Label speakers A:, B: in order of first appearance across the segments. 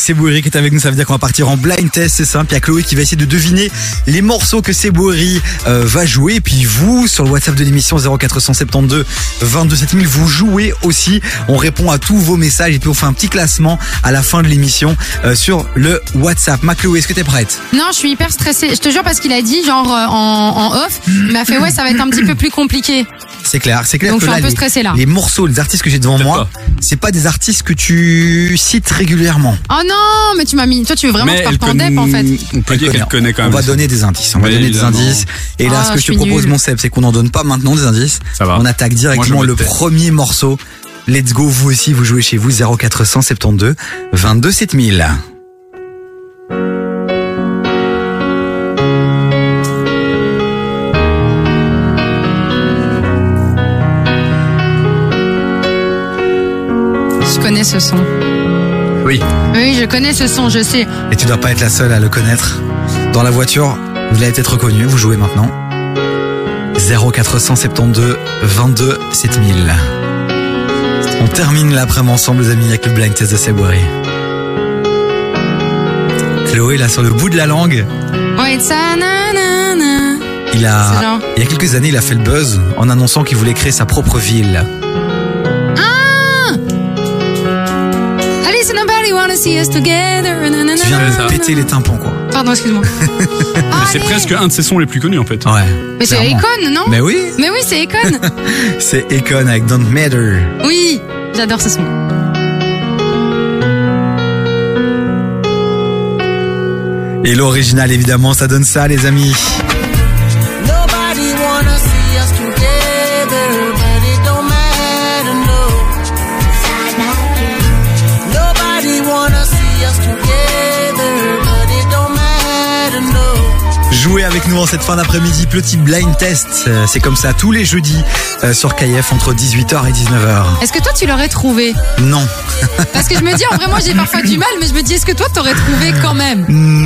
A: Sebo Eri qui est avec nous, ça veut dire qu'on va partir en blind test, c'est simple. Il y a Chloé qui va essayer de deviner les morceaux que Sebo Eri euh, va jouer. Et puis vous, sur le WhatsApp de l'émission 0472 22 7000, vous jouez aussi. On répond à tous vos messages et puis on fait un petit classement à la fin de l'émission euh, sur le WhatsApp. Ma Chloé, est-ce que t'es prête
B: Non, je suis hyper stressée. Je te jure parce qu'il a dit, genre euh, en, en off, il m'a fait ouais, ça va être un petit peu plus compliqué.
A: C'est clair, c'est clair
B: Donc
A: que
B: je suis un
A: là,
B: peu
A: les-
B: stressée, là.
A: les morceaux, les artistes que j'ai devant moi, c'est pas des artistes que tu cites régulièrement.
B: Oh non, mais tu m'as mis. Toi, tu veux vraiment que je
C: elle
B: parte en
C: connaît-
B: dep en fait.
C: On peut dire qu'elle connaît quand
A: on
C: même.
A: va donner des indices. On va
C: Oui,
A: donner
C: évidemment.
A: des indices. Et là,
B: Ah,
A: ce que
B: je
A: je te
B: suis
A: propose,
B: nulle.
A: mon Seb, c'est qu'on n'en donne pas maintenant des indices.
C: Ça va.
A: On attaque directement
C: Moi, je me
A: le
C: tais.
A: premier morceau. Let's go, vous aussi, vous jouez chez vous 0472 22 7000.
B: Je connais ce son.
C: Oui.
B: Oui, je connais ce son, je sais.
A: Et tu dois pas être la seule à le connaître. Dans la voiture, vous l'avez peut-être reconnu, vous jouez maintenant. 0472 22 7000. On termine l'après-midi ensemble, les amis, avec le blind test de Sebouari. Chloé, là, sur le bout de la langue,
B: Ouais, ça, nanana.
A: il
B: C'est
A: a,
B: genre.
A: il y a quelques années, il a fait le buzz en annonçant qu'il voulait créer sa propre ville.
B: Allez, c'est nobody wanna see us together. nanana.
A: Tu viens
C: C'est ça.
A: de péter les tympans, quoi.
B: Pardon, excuse-moi. Ah,
C: C'est
B: allez.
C: presque un de ses sons les plus connus en fait.
A: Ouais.
B: Mais c'est
A: clairement.
B: Econ, non
A: Mais oui,
B: Mais oui, c'est Econ.
A: c'est Econ avec Don't Matter.
B: oui, j'adore ce son.
A: Et l'original, évidemment, ça donne ça, les amis.
D: Nobody wanna see us together, but it don't matter, no. Nobody wanna see us together, but it don't matter, no.
A: Jouez avec nous en cette fin d'après-midi, petit blind test. Euh, C'est comme ça tous les jeudis euh, sur KF entre 18h et 19h.
B: Est-ce que toi, tu l'aurais trouvé
A: Non,
B: Parce que je me dis, en vrai, moi, j'ai parfois du mal, mais je me dis, est-ce que toi, t'aurais trouvé quand même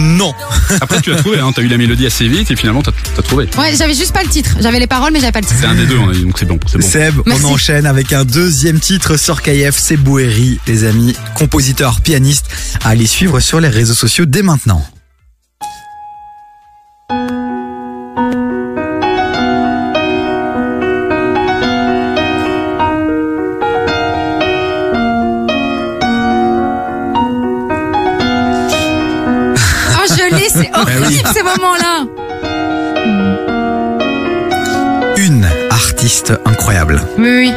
A: non.
C: Après tu l'as trouvé, hein, t'as eu la mélodie assez vite et finalement t'as t'as trouvé.
B: Ouais, j'avais juste pas le titre. J'avais les paroles, mais j'avais pas le titre.
C: C'est un des deux, on a dit, donc c'est bon. C'est bon.
A: Seb,
B: Merci.
A: on enchaîne avec un deuxième titre sur KF, c'est Bouheri, les amis, compositeur, pianiste, à les suivre sur les réseaux sociaux dès maintenant.
B: Oh, je l'ai, c'est
C: Ben
B: horrible ces moments-là.
A: Une artiste incroyable.
B: Oui, oui.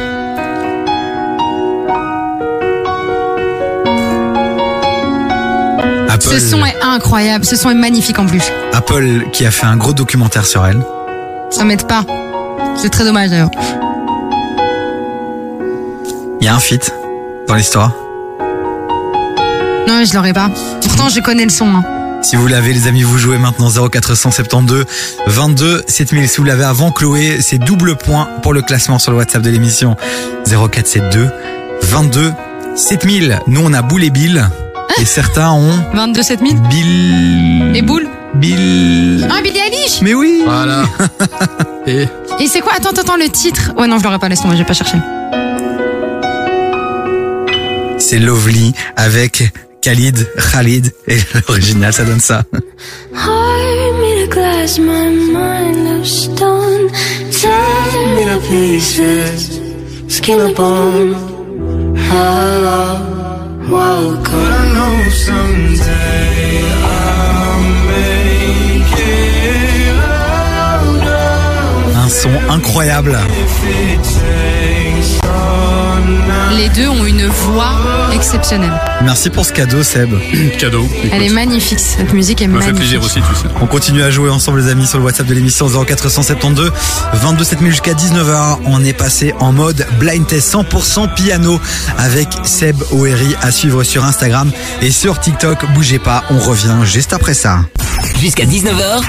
A: Apple,
B: Ce son est incroyable. Ce son est magnifique en plus.
A: Apple qui a fait un gros documentaire sur elle.
B: Ça m'aide pas. C'est très dommage d'ailleurs.
A: Il y a un feat dans l'histoire.
B: Non, je l'aurais pas. Pourtant, je connais le son. hein.
A: Si vous l'avez, les amis, vous jouez maintenant 0472 22 7000. Si vous l'avez avant Chloé, c'est double point pour le classement sur le WhatsApp de l'émission 0472 22 7000. Nous, on a boule et bill. Et certains ont
B: 22 7000
A: bill.
B: et boule.
A: Bill.
B: Ah, Billie Eilish
A: Mais oui!
C: Voilà. Et
B: Et c'est quoi Attends, attends, attends, le titre. Ouais, non, je l'aurais pas. Laisse tomber, je vais pas chercher.
A: C'est Lovely avec Khalid, Khalid. Et l'original, ça donne ça.
E: Heart made of glass, my mind of stone. Tear me to pieces, skin and bone.
D: Hello, welcome. I know someday I'll make it older
A: Un son incroyable.
D: if it takes all night.
B: Les deux ont une voix exceptionnelle.
A: Merci pour ce cadeau, Seb.
C: cadeau. écoute.
B: Elle est magnifique. Cette musique est
C: Ça me fait
B: magnifique.
C: plaisir aussi, tu sais.
A: On continue à jouer ensemble les amis sur le WhatsApp de l'émission 0472 22 7000 jusqu'à 19h. On est passé en mode blind test 100% piano avec Seb O'Herry à suivre sur Instagram et sur TikTok. Bougez pas, on revient juste après ça.
F: Jusqu'à 19h,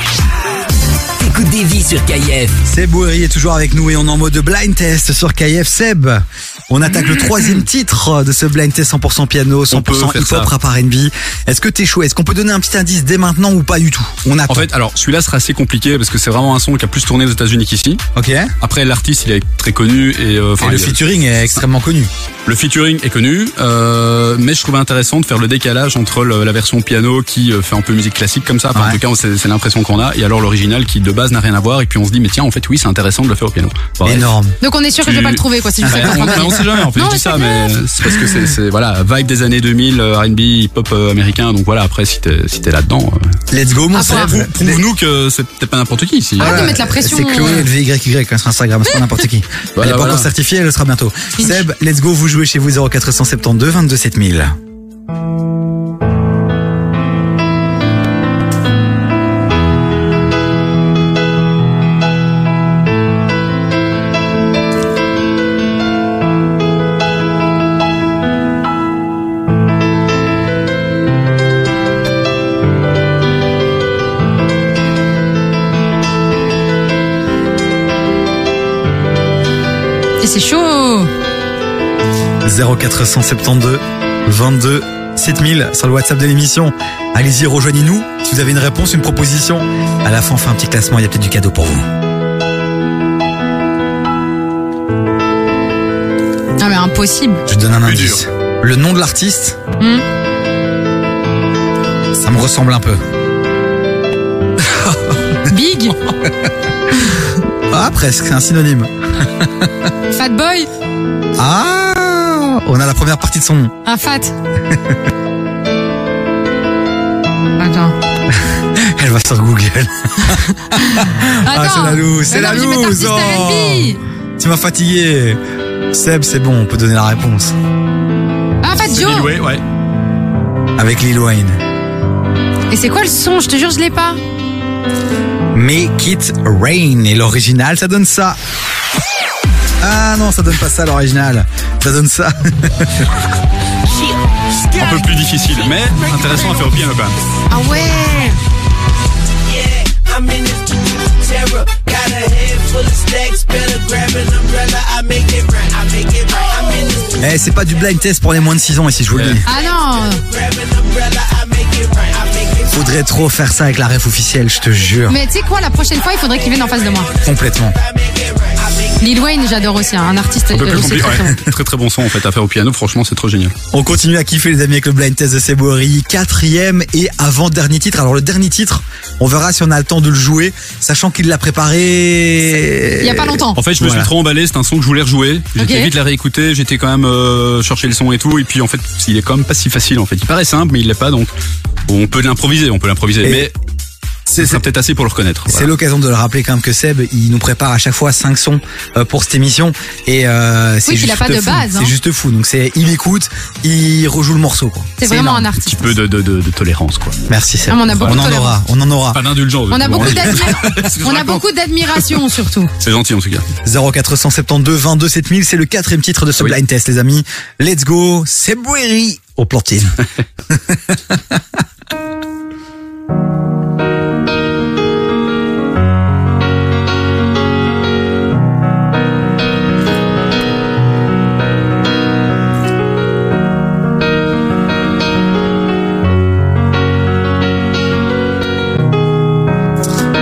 F: t'écoutes des vies sur KIF.
A: Seb O'Herry est toujours avec nous et on est en mode blind test sur KF Seb. On attaque le troisième titre de ce blind test 100% piano,
C: On peut
A: 100%
C: faire
A: hip-hop,
C: ça.
A: rap R&B. Est-ce que t'es chaud Est-ce qu'on peut donner un petit indice dès maintenant ou pas du tout On
C: En
A: attend.
C: fait, alors celui-là sera assez compliqué parce que c'est vraiment un son qui a plus tourné aux États-Unis qu'ici.
A: ok. Et
C: Après, l'artiste, il est très connu et, euh, enfin,
A: le
C: il a-
A: featuring est extrêmement connu.
C: le featuring est connu. euh, mais je trouvais intéressant de faire le décalage entre le- la version piano qui euh, fait un peu musique classique comme ça. Enfin,
A: Ouais.
C: En tout cas, on- c'est c'est l'impression qu'on a. Et alors l'original qui de base n'a rien à voir. Et puis on se dit, mais tiens, en fait, oui, c'est intéressant de le faire au piano. Bref.
A: Énorme.
B: Donc on est sûr que je vais pas le trouver, quoi. C'est juste ça
C: Ouais,
B: que
C: on, on sait jamais, en fait,
B: Non,
C: je dis
B: c'est
C: ça,
B: pas
C: mais c'est parce que c'est, c'est, voilà, vibe des années 2000, euh, R&B, hip-hop euh, américain, donc voilà, après, si t'es, si t'es là-dedans, euh,
A: Let's go, mon
B: Après,
A: Seb.
C: prou- prouve-nous que c'est peut-être pas n'importe qui ici.
B: Arrête de mettre la pression.
A: C'est Chloé LVYY hein, sur Instagram, c'est pas n'importe qui. elle est
C: Voilà,
A: pas
C: voilà.
A: encore certifiée, elle le sera bientôt. Seb, let's go, vous jouez chez vous 0472 22 7000.
B: Et c'est chaud.
A: 0472 22 7000 sur le WhatsApp de l'émission. Allez-y, rejoignez-nous. Si vous avez une réponse, une proposition, à la fin, on fait un petit classement, il y a peut-être du cadeau pour vous.
B: Non, mais impossible.
A: Je te donne un
C: Plus
A: indice. Le nom de l'artiste,
B: Hmm.
A: ça me ressemble un peu.
B: Big,
A: Ah, presque, c'est un synonyme.
B: Fat Boy,
A: Ah, on a la première partie de son nom.
B: un Fat. Attends.
A: Elle va sur Google. Ah, c'est
B: Attends.
A: la loose, c'est
B: Mais
A: la
B: non, mais je vais
A: loose.
B: mettre artiste
A: oh.
B: R&B.
A: Tu m'as fatigué. Seb, c'est bon, on peut donner la réponse.
B: Ah, Fat
C: Lil
B: Joe.
C: Wayne, ouais.
A: Avec Lil Wayne.
B: Et c'est quoi le son Je te jure, je l'ai pas.
A: Make It Rain. Et l'original, ça donne ça. Ah non, ça donne pas ça l'original. Ça donne ça.
C: Un peu plus difficile, mais intéressant à faire au piano quand même.
B: Ah ouais.
D: I'm in this terror. Got a head full of stacks. Better grab an umbrella. I make it right. I make it right. I'm in this
A: Eh, c'est pas du blind test pour les moins de 6 ans ici, je vous le dis.
B: Ah non.
D: grab an umbrella. I make it right. I make it
A: Faudrait trop faire ça avec la ref officielle, je te jure.
B: Mais tu sais quoi, la prochaine fois, il faudrait qu'il vienne en face de moi.
A: Complètement.
B: Lil Wayne, j'adore aussi, hein, un artiste.
C: Un peu
B: euh, je
C: plus
B: sais
C: compliqué,
B: très
C: ouais.
B: bien.
C: Très très bon son en fait à faire au piano, franchement, c'est trop génial.
A: On continue à kiffer les amis avec le blind test de Sebori. Quatrième et avant-dernier titre. Alors le dernier titre, on verra si on a le temps de le jouer, sachant qu'il l'a préparé...
B: Il y a pas longtemps.
C: En fait, je me
A: Voilà.
C: suis trop emballé, c'est un son que je voulais rejouer. J'étais
B: Ok.
C: vite la réécouter, j'étais quand même euh, chercher le son et tout. Et puis en fait, il est quand même pas si facile en fait. Il paraît simple, mais il l'est pas donc. On peut l'improviser, on peut l'improviser,
A: Et
C: mais
A: C'est
C: ce sera peut-être assez pour le reconnaître.
A: C'est
C: voilà.
A: l'occasion de le rappeler quand même que Seb, il nous prépare à chaque fois cinq sons euh, pour cette émission et euh, c'est
B: qu'il
A: juste
B: a pas de
A: fou.
B: base, hein.
A: C'est juste fou. Donc c'est, il écoute, il rejoue le morceau. quoi.
B: C'est
A: énorme.
B: vraiment un
C: Un petit
B: artiste.
C: peu de, de, de, de tolérance quoi.
A: Merci Seb.
B: Ah, mais on a beaucoup de
A: en
B: tolérance.
A: aura, on en aura.
C: Pas d'indulgence.
B: On a
C: bon,
B: beaucoup
C: hein.
B: d'admiration.
C: Je
B: On a
C: raconte.
B: beaucoup d'admiration surtout.
C: C'est gentil en tout cas.
A: 0472 22 7000, c'est le quatrième titre de ce
C: Oui.
A: blind test, les amis. Let's go, Seb Bouiri au platine.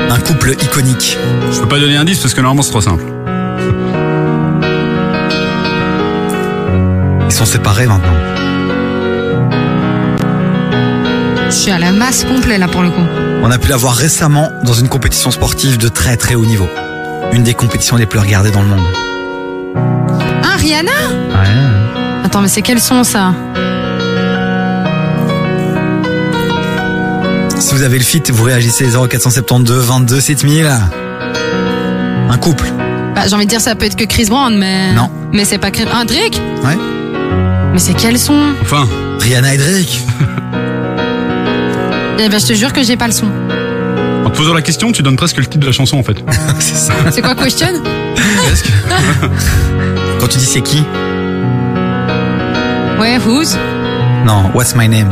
A: Un couple iconique.
C: Je peux pas donner indice parce que normalement c'est trop simple.
A: Ils sont séparés maintenant.
B: Je suis à la masse complète là pour le coup.
A: On a pu la voir récemment dans une compétition sportive de très très haut niveau. Une des compétitions les plus regardées dans le monde.
B: Ah Rihanna Attends mais c'est quel son ça
A: Si vous avez le fit, vous réagissez 0472 22 7000. Un couple.
B: Bah, J'ai envie de dire ça peut être que Chris Brown mais
A: Non.
B: Mais c'est pas Chris. Ah Drake
A: Ouais.
B: Mais c'est quel son
C: Enfin,
A: Rihanna et Drake.
B: Eh ben je te jure que j'ai pas le son.
C: en te posant la question, tu donnes presque le titre de la chanson en fait.
A: C'est ça.
B: C'est quoi question
C: Presque.
A: Quand tu dis c'est qui
B: Ouais Who's
A: Non, what's my name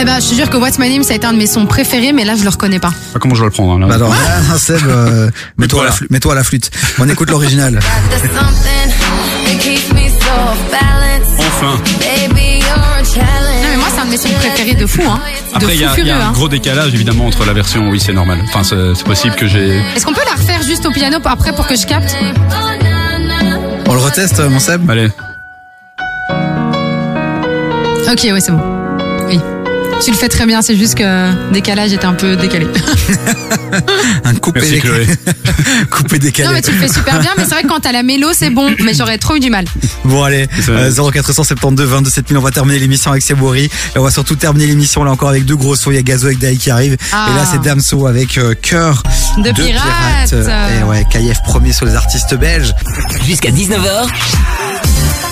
B: Eh ben je te jure que What's My Name ça a été un de mes sons préférés mais là je le reconnais pas.
C: Je sais pas comment je dois le prendre hein, là.
A: Bah alors, ah, Seb, euh, mets-toi à, la
C: voilà.
A: flu- mets-toi à la flûte. On écoute l'original.
G: There's something
C: Enfin,
B: Non, mais moi, c'est un de mes sons préférés de fou, hein. De
C: après, il y,
B: fou
C: a il y
B: furieux,
C: a un
B: hein.
C: gros décalage évidemment entre la version, oui, c'est normal. Enfin, c'est c'est possible que j'ai.
B: Est-ce qu'on peut la refaire juste au piano pour- après pour que je capte
A: On le reteste, mon Seb
C: Allez.
B: Ok, ouais, c'est bon. Oui. Tu le fais très bien, c'est juste que décalage était un peu décalé.
A: Un coupé
C: Merci,
A: décalé. coupé décalé.
B: Non, mais tu le fais super bien, mais c'est vrai que quand t'as la mélo, c'est bon, mais j'aurais trop eu du mal.
A: Bon allez,
C: Ça-
A: euh, 0472 22 7000, on va terminer l'émission avec Sebori. Et on va surtout terminer l'émission là encore avec deux gros sons. Il y a Gazo avec Dai qui arrive.
B: Ah.
A: Et là c'est Damso avec euh, Cœur
B: De Pirate.
A: Et ouais, Kayev premier sur les artistes belges.
F: Jusqu'à 19h,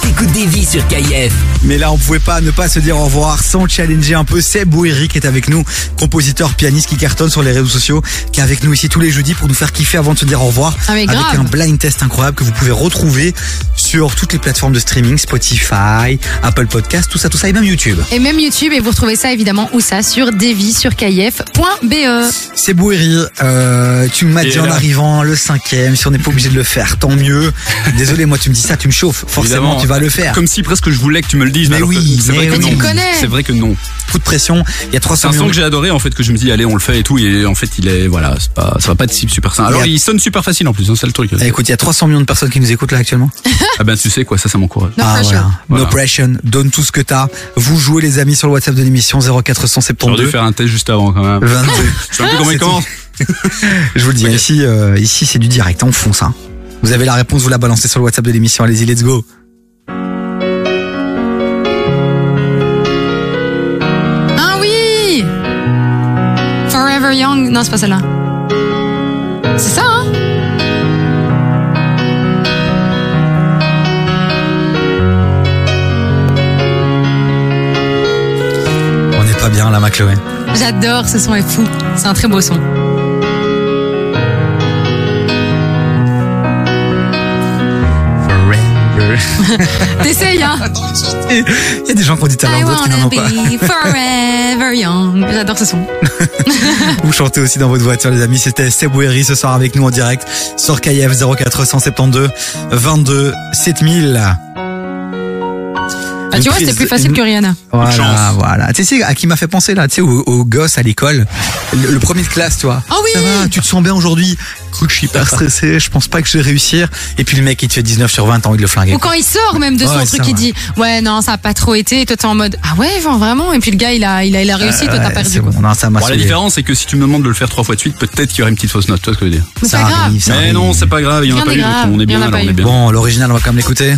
F: t'écoutes des vies sur KIF.
A: Mais là on pouvait pas ne pas se dire au revoir sans challenger un peu Seb Bouhiri qui est avec nous, compositeur, pianiste qui cartonne sur les réseaux sociaux, qui est avec nous ici tous les jeudis pour nous faire kiffer avant de se dire au revoir.
B: Ah,
A: avec
B: mais grave.
A: un blind test incroyable que vous pouvez retrouver sur toutes les plateformes de streaming, Spotify, Apple Podcast, tout ça, tout ça et même YouTube.
B: Et même YouTube, et vous retrouvez ça évidemment où ça Sur devis sur kif.be.
A: C'est Bouhiri, euh, tu m'as
C: Et
A: dit en
C: là.
A: arrivant le cinquième, si on n'est pas obligé de le faire, tant mieux. Désolé, moi tu me dis ça, tu me chauffes. Forcément,
C: Évidemment.
A: tu vas le faire.
C: Comme si presque je voulais que tu me le dises.
A: Ah. Mais
C: alors que
A: oui,
C: c'est
A: mais
C: vrai que
A: oui.
C: non.
A: Mais tu
B: le connais.
C: C'est vrai que non.
A: Coup de pression, il y a
C: C'est
A: 300
C: un
A: millions.
C: son que j'ai adoré en fait que je me dis allez on le fait et tout et en fait il est voilà c'est pas ça va pas être si super simple. Alors
A: Il y a-
C: il sonne super facile en plus hein, c'est le truc.
A: Eh, écoute, il y a 300 millions de personnes qui nous écoutent là actuellement. Ah,
C: Ah ben tu sais quoi ça ça m'encourage.
B: No pressure.
A: voilà.
C: Voilà.
A: No pressure, donne tout ce que t'as. Vous jouez les amis sur le WhatsApp de l'émission
C: J'aurais dû
A: 0472
C: faire un test juste avant quand même.
A: 22.
C: Je sais un peu comment
A: Ah, C'est
C: il commence.
A: Je vous le dis,
C: Ok.
A: ici, euh, ici c'est du direct, on fonce. Hein. Vous avez la réponse, vous la balancez sur le WhatsApp de l'émission. Allez-y, let's go.
B: Ah oui Forever Young. Non, c'est pas celle-là. C'est ça, hein
A: On n'est pas bien là, ma Chloé.
B: J'adore, ce son est fou. C'est un très beau son. T'essayes, hein
A: Il y a des gens qui ont dit talent,
B: I
A: d'autres qui n'en
B: wanna
A: ont pas.
B: be forever young. J'adore ce son. Bah,
A: Vous chantez aussi dans votre voiture, les amis. C'était Seb Ouéry ce soir avec nous en direct sur KF 0472 22 7000.
B: Ah, tu vois, c'était plus facile que Rihanna.
A: Voilà,
C: chance.
A: voilà. Tu sais, à qui m'a fait penser là, tu sais, au, au gosse à l'école, le, le premier de classe, toi.
B: Ah oui
A: Ça va, tu te sens bien aujourd'hui Écoute, je suis pas stressé, je pense pas que je vais réussir. Et puis le mec, il te fait 19 sur 20, t'as envie de le flinguer.
B: Ou quand il sort même de son
A: Ouais,
B: truc,
A: ça,
B: il
A: ouais.
B: dit Ouais, non, ça a pas trop été. Et toi, t'es en mode Ah ouais, genre, vraiment. Et puis le gars, il a, il a, il a réussi, toi,
A: Ouais,
B: t'as
A: Euh, Ah, c'est
B: perdu. quoi.
A: bon, non, ça m'a
C: Bon, la
A: saoulé.
C: différence c'est que si tu me demandes de le faire trois fois de suite peut-être qu'il y aurait une petite fausse note tu vois ce que je veux dire.
B: Mais c'est
A: Ça
B: pas
A: arrive,
B: grave.
A: ça
C: Mais
A: arrive.
C: non c'est pas grave il y en a
B: Rien
C: pas
B: n'est
C: eu donc
B: grave,
C: on est
B: il y en a
C: bien alors
B: pas
C: on est
B: eu.
C: bien.
A: Bon, l'original, on va quand même l'écouter.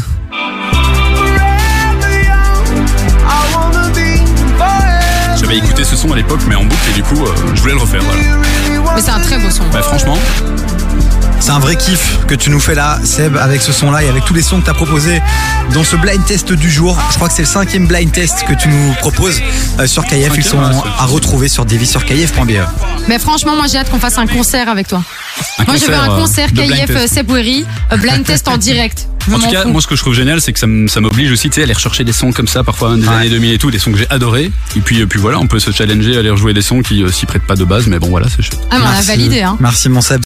C: J'avais écouté ce son à l'époque mais en boucle et du coup euh, je voulais le refaire voilà.
B: Mais c'est un très beau son.
C: Bah franchement
A: C'est un vrai kiff que tu nous fais là, Seb, avec ce son-là et avec tous les sons que t'as proposés dans ce blind test du jour. Je crois que c'est le cinquième blind test que tu nous proposes euh, sur KF. Ils sont
C: Cinquième, ouais, c'est-
A: à retrouver sur Devi sur KF.be.
B: Ah, Mais franchement, moi, j'ai hâte qu'on fasse un concert avec toi.
C: un
B: moi, je veux un
C: euh,
B: concert
C: de blind
B: KIF
C: test.
B: Seboueri, euh, blind test en direct. Je
C: En
B: m'en
C: tout cas,
B: fous.
C: moi, ce que je trouve génial, c'est que ça m- ça m'oblige aussi, tu sais, à aller rechercher des sons comme ça, parfois hein, des
A: Ouais.
C: années 2000 et tout, des sons que j'ai adorés. Et puis, euh, puis voilà, on peut se challenger, aller rejouer des sons qui euh, s'y prêtent pas de base, mais bon, voilà, c'est chouette.
B: Ah, mais on a validé, hein.
A: Merci, mon Seb.